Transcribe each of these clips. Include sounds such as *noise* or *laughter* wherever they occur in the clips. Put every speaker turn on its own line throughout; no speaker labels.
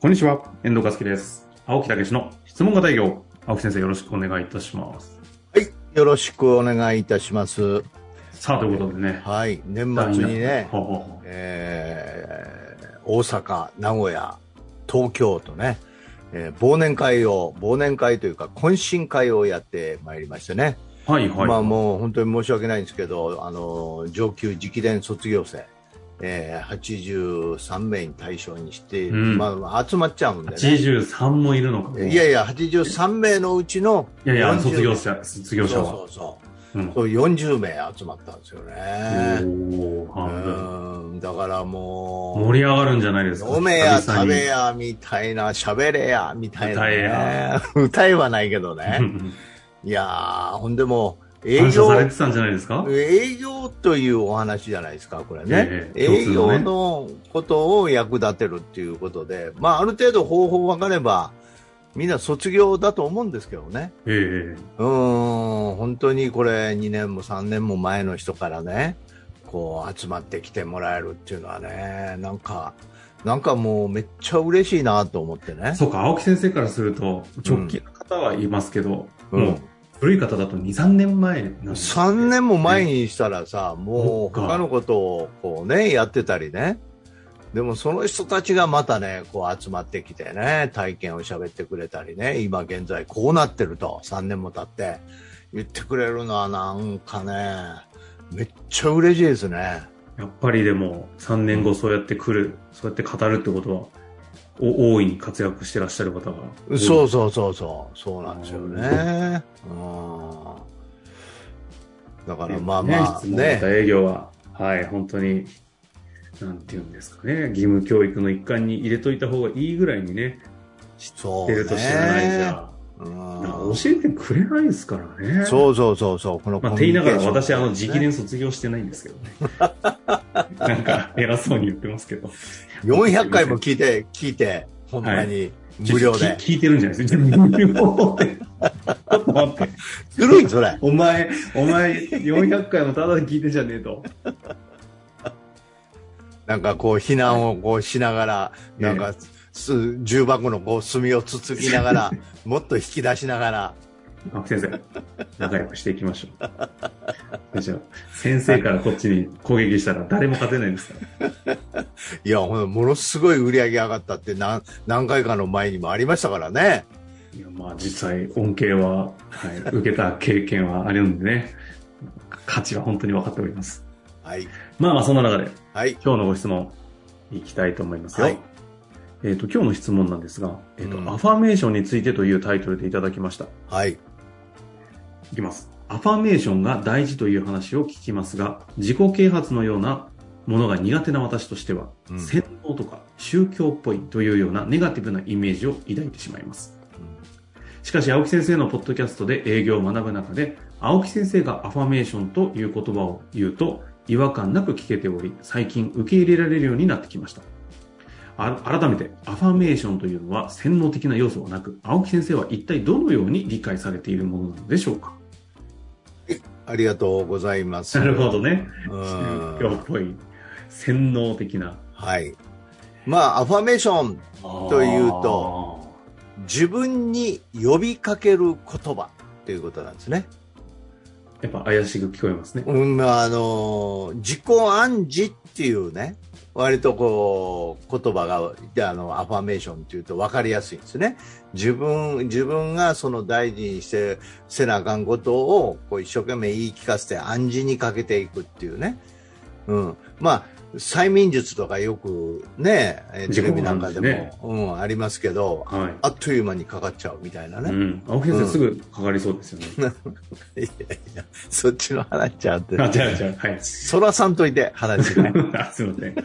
こんにちは、遠藤和樹です。青木武の質問型営業。青木先生、よろしくお願いいたします。
よろしくお願いいたします。
さあ、ということでね。
はい、年末にね、
ほうほうほう
えー大阪、名古屋、東京とね、えー忘年会を、忘年会というか、懇親会をやってまいりましてね、
はいはい。
まあもう本当に申し訳ないんですけど、あの上級直伝卒業生、えー83名に対象にして、
うん
まあ、集まっちゃうんでね。
83もいるのか。
いやいや、83名のうちの
いやいや、
40
卒業者、卒業者
そ
は。
うそうそう
うん
そう40名集まったんですよね。
おー半分
うんだからも
盛り上がるんじゃないです
う、
か。
飲めや
久々
食
に
べやみたいな、喋れやみたいな、
歌え
ね
や。
歌えはないけど
う
ね。
ん
いやー、ほんでもう、
*laughs* 感
営
謝
業
さ、れてたんじゃないですか
営業というお話じゃないですか、これ
え
ね。
え共
営
通のね
業のことを役立てるっていうことで、まあ、ある程度方法分かれば、みんな卒業だと思うんですけどね。
ええ。
うーん、本当にこれ2年も3年も前の人からね、こう集まってきてもらえるっていうのはね、なんか、なんかもうめっちゃ嬉しいなと思ってね。
そうか、青木先生からすると、直近の方はいますけど、
うん
もう古い方だと2、3年前なんですね
3年も前にしたらさ、もう
そっか
他のことをこうね、やってたりね。でもその人たちがまたね、こう集まってきてね、体験を喋ってくれたりね、今現在こうなってると、3年も経って言ってくれるのはなんかね、めっちゃ嬉しいですね。
やっぱりでも、3年後そうやって来る、そうやって語るってことは、お大いに活躍してらっしゃる方が多い。
そうそうそうそう、そうなんですよね。うん。だからまあまあ
ね質問型
ね、
営業は、はい、本当に、なんていうんですかね、義務教育の一環に入れといた方がいいぐらいにね、
そう
出ると知らないじ
ね。
ゃ、
う
なんか
ん
教えてくれないですからね。
そうそうそうそう、この
まあ、
コ
っ
ミ
て言
ュ
い
ニケ
な
ー
が
ション
ら私、あの、
です
直
ね
伝卒業してないんですけどね。
*laughs*
なんか、偉そうに言ってますけど。
400回も聞いて、聞いて、ほんまに無料で。
聞聞いてるんじゃないですか。無料
*laughs*
で。ちょっと待って。
ずるい、それ。
お前、お前、400回もただで聞いてんじゃねえと。
なんかこう、避難をこうしながら、
ええ
なんか、す重箱のこう、炭をつつきなが
*laughs*
ら、もっと引き出しながら、
青木先生、仲良くしていきましょう。じゃあ先生からこっちに攻撃したら誰も勝てないんですから。
いや、ほんとものすごい売り上げ上がったって何、何回かの前にもありましたからね。
いやまあ実際、恩恵は、はい、受けた経験はあるんでね、価値は本当に分かっております。
はい。
まあまあそんな中で、
はい。
今日のご質問、いきたいと思いますよ。
はい
えっ、と、今日の質問なんですが、えっ、と、
うん
アファメーションについてというタイトルでいただきました。
はい。
いきます。アファメーションが大事という話を聞きますが、自己啓発のようなものが苦手な私としては、
うん
洗脳とか宗教っぽいというようなネガティブなイメージを抱いてしまいます。しかし、青木先生のポッドキャストで営業を学ぶ中で、青木先生がアファメーションという言葉を言うと、違和感なく聞けており、最近受け入れられるようになってきました。あ改めて、アファメーションというのは洗脳的な要素はなく、青木先生は一体どのように理解されているものなのでしょうか
ありがとうございます。
なるほどね。
う
宗
ん。
教っぽい。洗脳的な。
はい。まあ、アファメーション、
と
いうと。自分に呼びかける言葉っていうことなんですね。
やっぱ怪しく聞こえますね。
うん、まああの、自己暗示っていうね、割とこう、言葉が、であの、アファメーションっていうと分かりやすいんですね。自分、自分がその大事にして、せなあかんことを、こう一生懸命言い聞かせて暗示にかけていくっていうね。うん。まあ、催眠術とかよくね、えテレビなんかでも、
自己暗示
うん、ありますけど、
はい。
あっという間にかかっちゃうみたいなね。
うん。青木先
う
生
ん
すぐかかりそうですよ
*laughs*
ね。
そっちの話ちゃうって。
あ、じゃあじゃあ、はい。 *laughs*
そらさんといて話が
あすいません。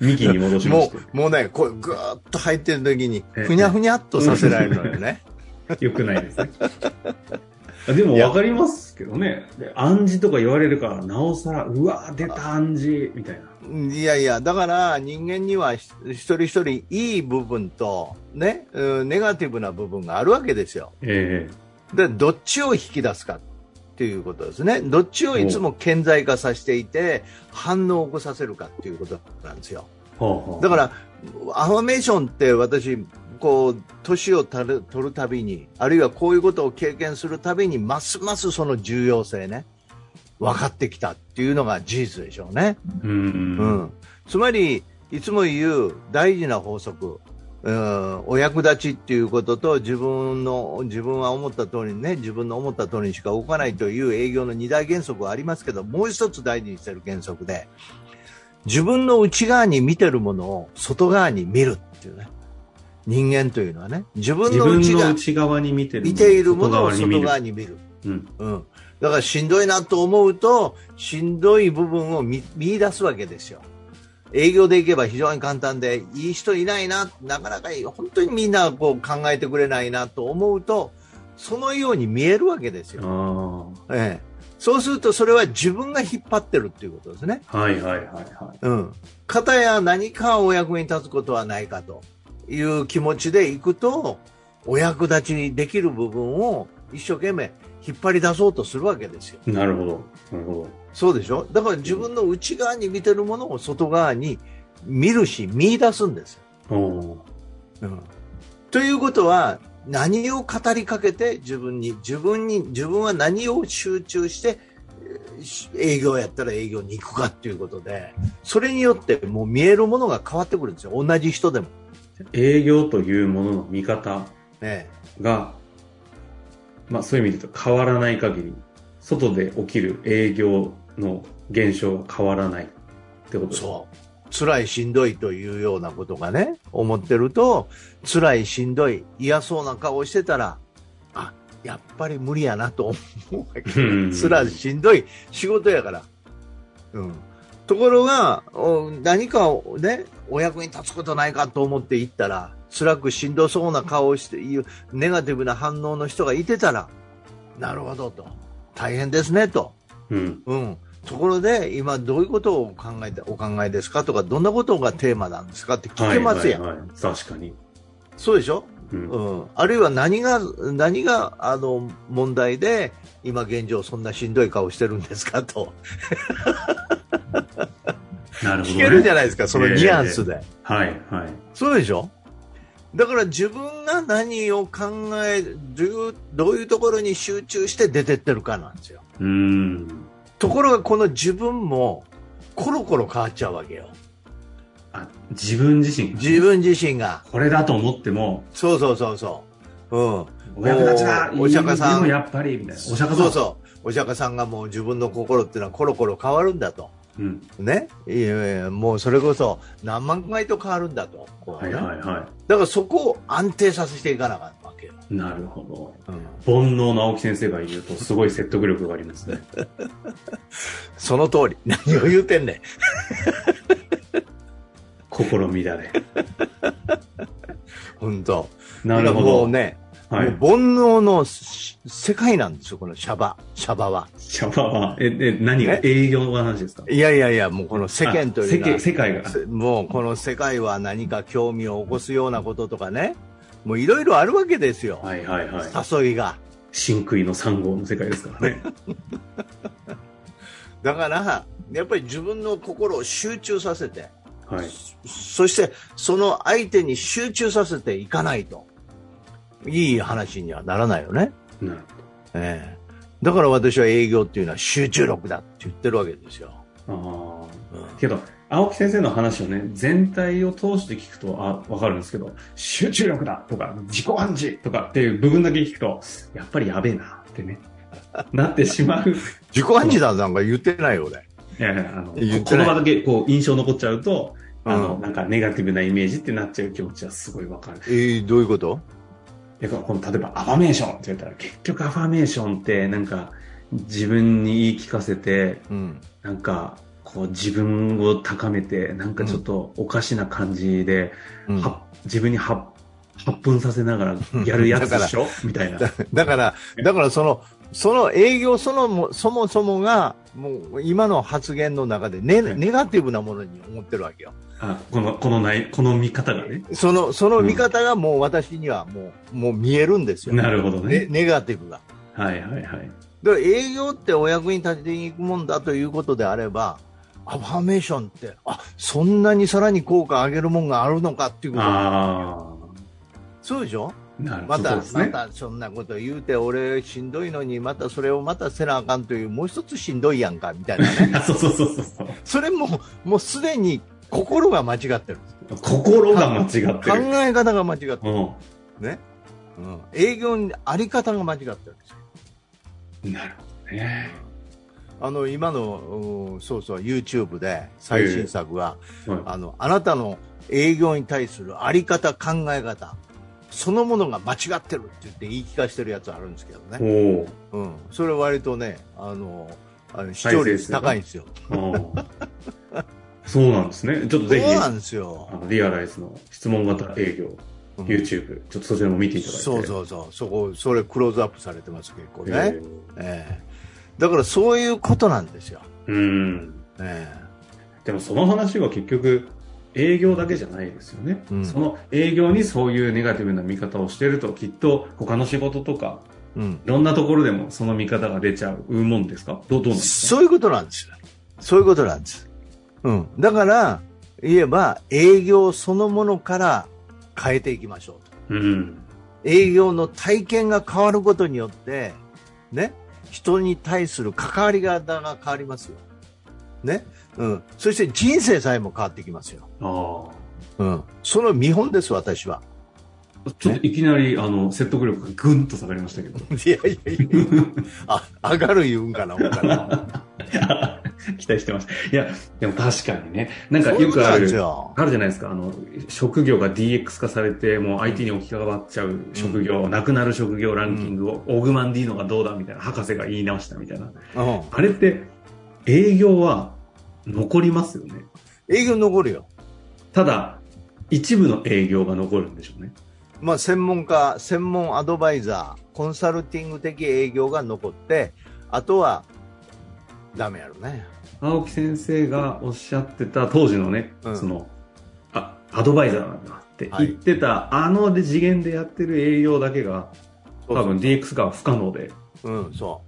ミキに戻しまし
*laughs* もう、 *laughs* もうね、こう、ぐーっと入ってる時に、ふにゃふにゃっとさせられるのよね。
て。よくないですね。でも
いや
分かりますけどね。で暗示とか言われるから、なおさら、うわ、出た暗示、みたいな。
いやいや、だから人間にはひ一人一人いい部分と、ね、うんネガティブな部分があるわけですよ。
え
で、どっちを引き出すかっていうことですね。どっちをいつも顕在化させていて、反応を起こさせるかっていうことなんですよ。
えほう
だから、アファメーションって私、こう、年をたる取るたびに、あるいはこういうことを経験するたびに、ますますその重要性ね、分かってきたっていうのが事実でしょうね。
うんうん
うん。つまり、いつも言う大事な法則、うん、お役立ちっていうことと、自分の、自分は思った通りにね、自分の思った通りにしか動かないという営業の二大原則はありますけど、もう一つ大事にしてる原則で、自分の内側に見てるものを外側に見るっていうね。人間というのはね、自分
自
の
分
内
の
側、
内側に見てる
見ているものを
外
外
側
側
に
に見る。
見る、
うん。だからしんどいなと思うと、しんどい部分を見見出すわけですよ。営業でいけば非常に簡単で、いい人いないな、なかなかいい本当にみんなこう考えてくれないなと思うと、そのように見えるわけです
う
よ。
ん、あ
ええ、そうするとそれは自分が引っ張ってるっていうことですね。
あはいはいはいはい
うん。方や何かお役に立つことはないかという気持ちでいくと、お役立ちにできる部分を一生懸命引っ張り出そうとするわけですよ。
なるほどなるほ
そうでしょだから自分の内側に見てるものを外側に見るし、見出すんですよ。
どお
うん、ということは、何を語りかけて自分に、自分に、自分は何を集中して、えーし営業やったら営業に行くかっていうことで、それによってもう見えるものが変わってくるんですよ。同じ人でも。
営業というものの見方
ね
が、まあ、そういう意味で言うと変わらない限り外で起きる営業の現象は変わらないってことです
そう。辛いしんどいというようなことがね、思ってると、辛いしんどい、嫌そうな顔してたら、あ、やっぱり無理やなと思うわけ
うん
つらいしんどい仕事やから。うん。ところが、お何かをね、お役に立つことないかと思って行ったら、辛くしんどそうな顔をしていう、ネガティブな反応の人がいてたら、なるほどと。大変ですねと。
うん
うん。ところで、今どういうことを考えて、お考えですかとか、どんなことがテーマなんですかって聞けますやん。
はいはいはい、確かに、
そうでしょ
うん
うん、あるいは何が何があの問題で今現状そんなしんどい顔してるんですかと
なるほど、ね、
聞けるじゃないですかそのニュアンスで、
はいはい
そうでしょだから自分が何を考えるどういうところに集中して出てってるかなんですよ
うーん
ところがこの自分もコロコロ変わっちゃうわけよ
あ自分自身が
自分自身が
これだと思っても
そうそうそうそううん
お役立ちだ
おお釈迦さん
でもやっぱりみたいなお釈迦さん
そうそうお釈迦さんがもう自分の心っていうのはコロコロ変わるんだと
うん、
ね、いやいやもうそれこそ何万回と変わるんだと、こう
は
ね
いはいは
だからそこを安定させていかなあかったわけよ、
いなるほど煩悩の青木先生が言うとすごい説得力があります
*laughs*
ね
その通り *laughs* 何を言うてんねん
心乱
*laughs*
れ
本当
なるほ
も
ど、
うね、
はい
もう煩悩のし世界なんですよこのシャバシャバは
シャバはええ何が
え
営業の話ですか
いやいやいやもうこの世間というの
あ世間世界が
はもうこの世界は何か興味を起こすようなこととかねもういろいろあるわけですよ、
はいはいはい
誘いが
真杭の3号の世界ですから
*laughs*
ね
だからやっぱり自分の心を集中させて
はい
そして、その相手に集中させていかないと、いい話にはならないよね。
なる
ええだから私は営業っていうのは集中力だって言ってるわけですよ。
ほどああ
うん
けど、青木先生の話をね、全体を通して聞くと、あ、わかるんですけど、集中力だとか、自己暗示とかっていう部分だけ聞くと、やっぱりやべえなってね、なってしまう。
自己暗示だなんか言ってないよ、俺。
いやいやあの
言
言
ってない
葉だけこう印象残っちゃうと、あの、
うん
なんかネガティブなイメージってなっちゃう気持ちはすごいわかる。
ええどういうこと
いやこの例えばアファメーションって言ったら、結局アファメーションってなんか自分に言い聞かせて、
うん。
なんかこう自分を高めて、なんかちょっとおかしな感じで、
うん
は自分には発奮させながらやるやつでしょみたいな。
だから、だからその、その営業そのも、そもそもが、もう今の発言の中でネネガティブなものに思ってるわけよ。
あこの、このない、この見方がね。
その、その見方がもう私にはもう、もう見えるんですよ。
なるほど
ね
ね。
ネガティブが。
はいはいはい。
だから営業ってお役に立てていくもんだということであれば、アファメーションって、あ、そんなにさらに効果上げるもんがあるのかっていうこと。
あ
そうでしょ
あ、なるほ
ま
ど。
た、
そうです
ま
ね。
たそんなこと言うて、俺しんどいのに、またそれをまたせなあかんという、もう一つしんどいやんか、みたいなね。
あ *laughs* そうそうそうそうそう。
それも、もうすでに心が間違ってる。
心が間違ってる
考。え方が間違ってる。
う
ね。うん。営業にあり方が間違ってるんですよ。
ん。なるほどね。
あの、今の、うんそうそう、YouTube で最新作が、
は
あの、あなたの営業に対するあり方、考え方、そのものが間違ってるって言って言い聞かしてるやつあるんですけど
い、
ね。
おー
うん。それ割とね、あの、あの視
再生
聴
数
率
が
高いんですよ。
おー。そうなんですね。ちょっと
そう
ぜひ、
な
あ
んですよ。
のリアライズの質問型営業、
うん
YouTube、ちょっとそちらも見ていただいて。
そうそうそう。そこ、それクローズアップされてます、結構
え
ね。
ー
ええだからそういうことなんですよ。
うん。
え
でもその話は結局、営業だけじゃないですよね、
うん
その営業にそういうネガティブな見方をしてると、きっと他の仕事とか、
えうん。
いろんなところでもその見方が出ちゃうもんですかどうどうなんですか
そういうことなんですよ。そういうことなんです。うん。だから、言えば営業そのものから変えていきましょうと。
うん。
営業の体験が変わることによって、ね、人に対する関わり方が変わりますよ。ね。うん。そして人生さえも変わってきますよ。
ああ。
うん。その見本です、私は。 *laughs*
ちょっといきなり、あの、説得力がぐんと下がりましたけど。
いやいやいやあ、上がる言うんかな、思うかな。
*laughs* 期待してました。いや、でも確かにね。なんか
そういう
よ
こと
くあ
なんです
る、
よ。
あるじゃないですか。あの、職業が DX 化されて、もう IT に置き換わっちゃう職業、なくなる職業ランキングを、オグマンディーノがどうだみたいな、博士が言い直したみたいな。
うん。
あれって、営業は残りますよね。
営業残るよ。
ただ、一部の営業が残るんでしょうね。
まあ、専門家、専門アドバイザー、コンサルティング的営業が残って、あとは、ダメやろね。
青木先生がおっしゃってた当時のね、
うん
そのあアドバイザーなんだって
はい
言ってた、あの次元でやってる営業だけが多分 DX 化は不可能で
うん、そ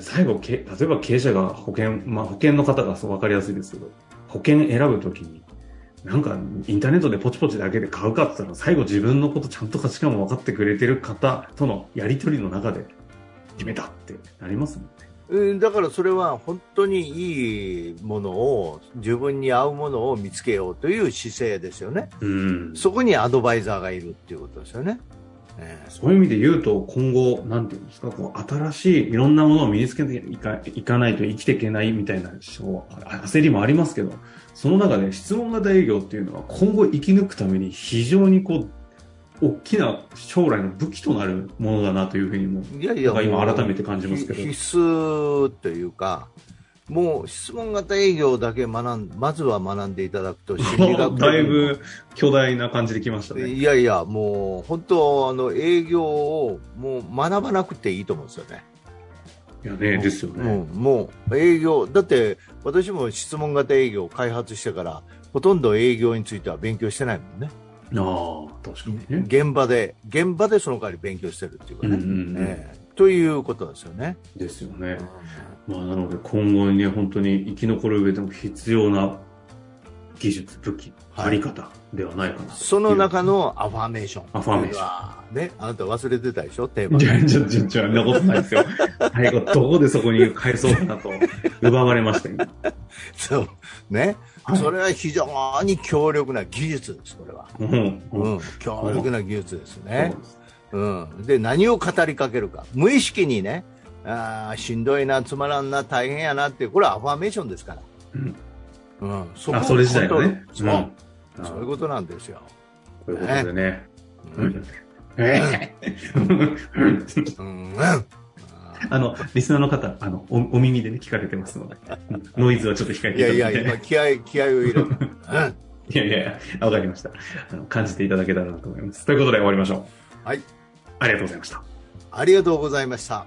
最後け例えば経営者が保険、まあ、保険の方がそう分かりやすいですけど保険選ぶときになんかインターネットでポチポチだけで買うかって言ったら最後自分のことちゃんと価値観も分かってくれてる方とのやり取りの中で決めたってなりますもんね。
ううん。だからそれは本当にいいものを、自分に合うものを見つけようという姿勢ですよね。
うん
そこにアドバイザーがいるっていうことですよね。ええ
そういう意味で言うと、今後、なんていうんですか、こう、新しい、いろんなものを身につけていかいかないと生きていけないみたいな、そうあ焦りもありますけど、その中で質問型営業っていうのは、今後生き抜くために非常にこう、大きな将来の武器となるものだなというふうにも、
いやい
な
や
んか、
も
今
う
改めて感じますけど
ひ。必須というか、もう質問型営業だけ学ん、まずは学んでいただくと心理
*laughs*
学
だいぶ巨大な感じできましたね。
いやいや、もう本当、あの営業をもう学ばなくていいと思うんですよね。
いやね、ですよ
うん
ね。、
もう営業、だって私も質問型営業を開発してから、ほとんど営業については勉強してないもんね。
ああ、確かにね。
現場で、現場でその代わり勉強してるっていうか
うん
ね。
うんうん
ええということですよね。
ですよね。まあ、なので今後にね、本当に生き残る上でも必要な技術、武器、
はい
あり方ではないかなと。
その中のアファーメーション。
アファーメーション
ョン。ね、あなた忘れてたでしょ、テーマ
い。や、ちょ、ちょ、ちょ、そんなこと *laughs* ないですよ。最後、どこでそこに返そうかなと、奪われました、今。
そう。ね、
はい
それは非常に強力な技術です、これは。
うん。
う
うん
ん。強力な技術ですね。
そ
うん。で、何を語りかけるか。無意識にね、あーしんどいな、つまらんな、大変やなっていう、これはアファーメーションですから。
うん。
うん。
う
そ
ですあ、それ自体が
は
ね。
そうう、
ん。
そういう
こ
ことなんですよ。
ということでね。
う。
うんんえー
うん。うん
あの、リスナーの方、あの、おお耳でね、聞かれてますので、ノイズはちょっと控え
い
てい
や
ただいて。
いや、今、気合い、気合を入れる。うん。
いやいやいや、わかりました。あの、感じていただけたらなと思います。ということで終わりましょう。
はい。
ありがとうございました。
ありがとうございました。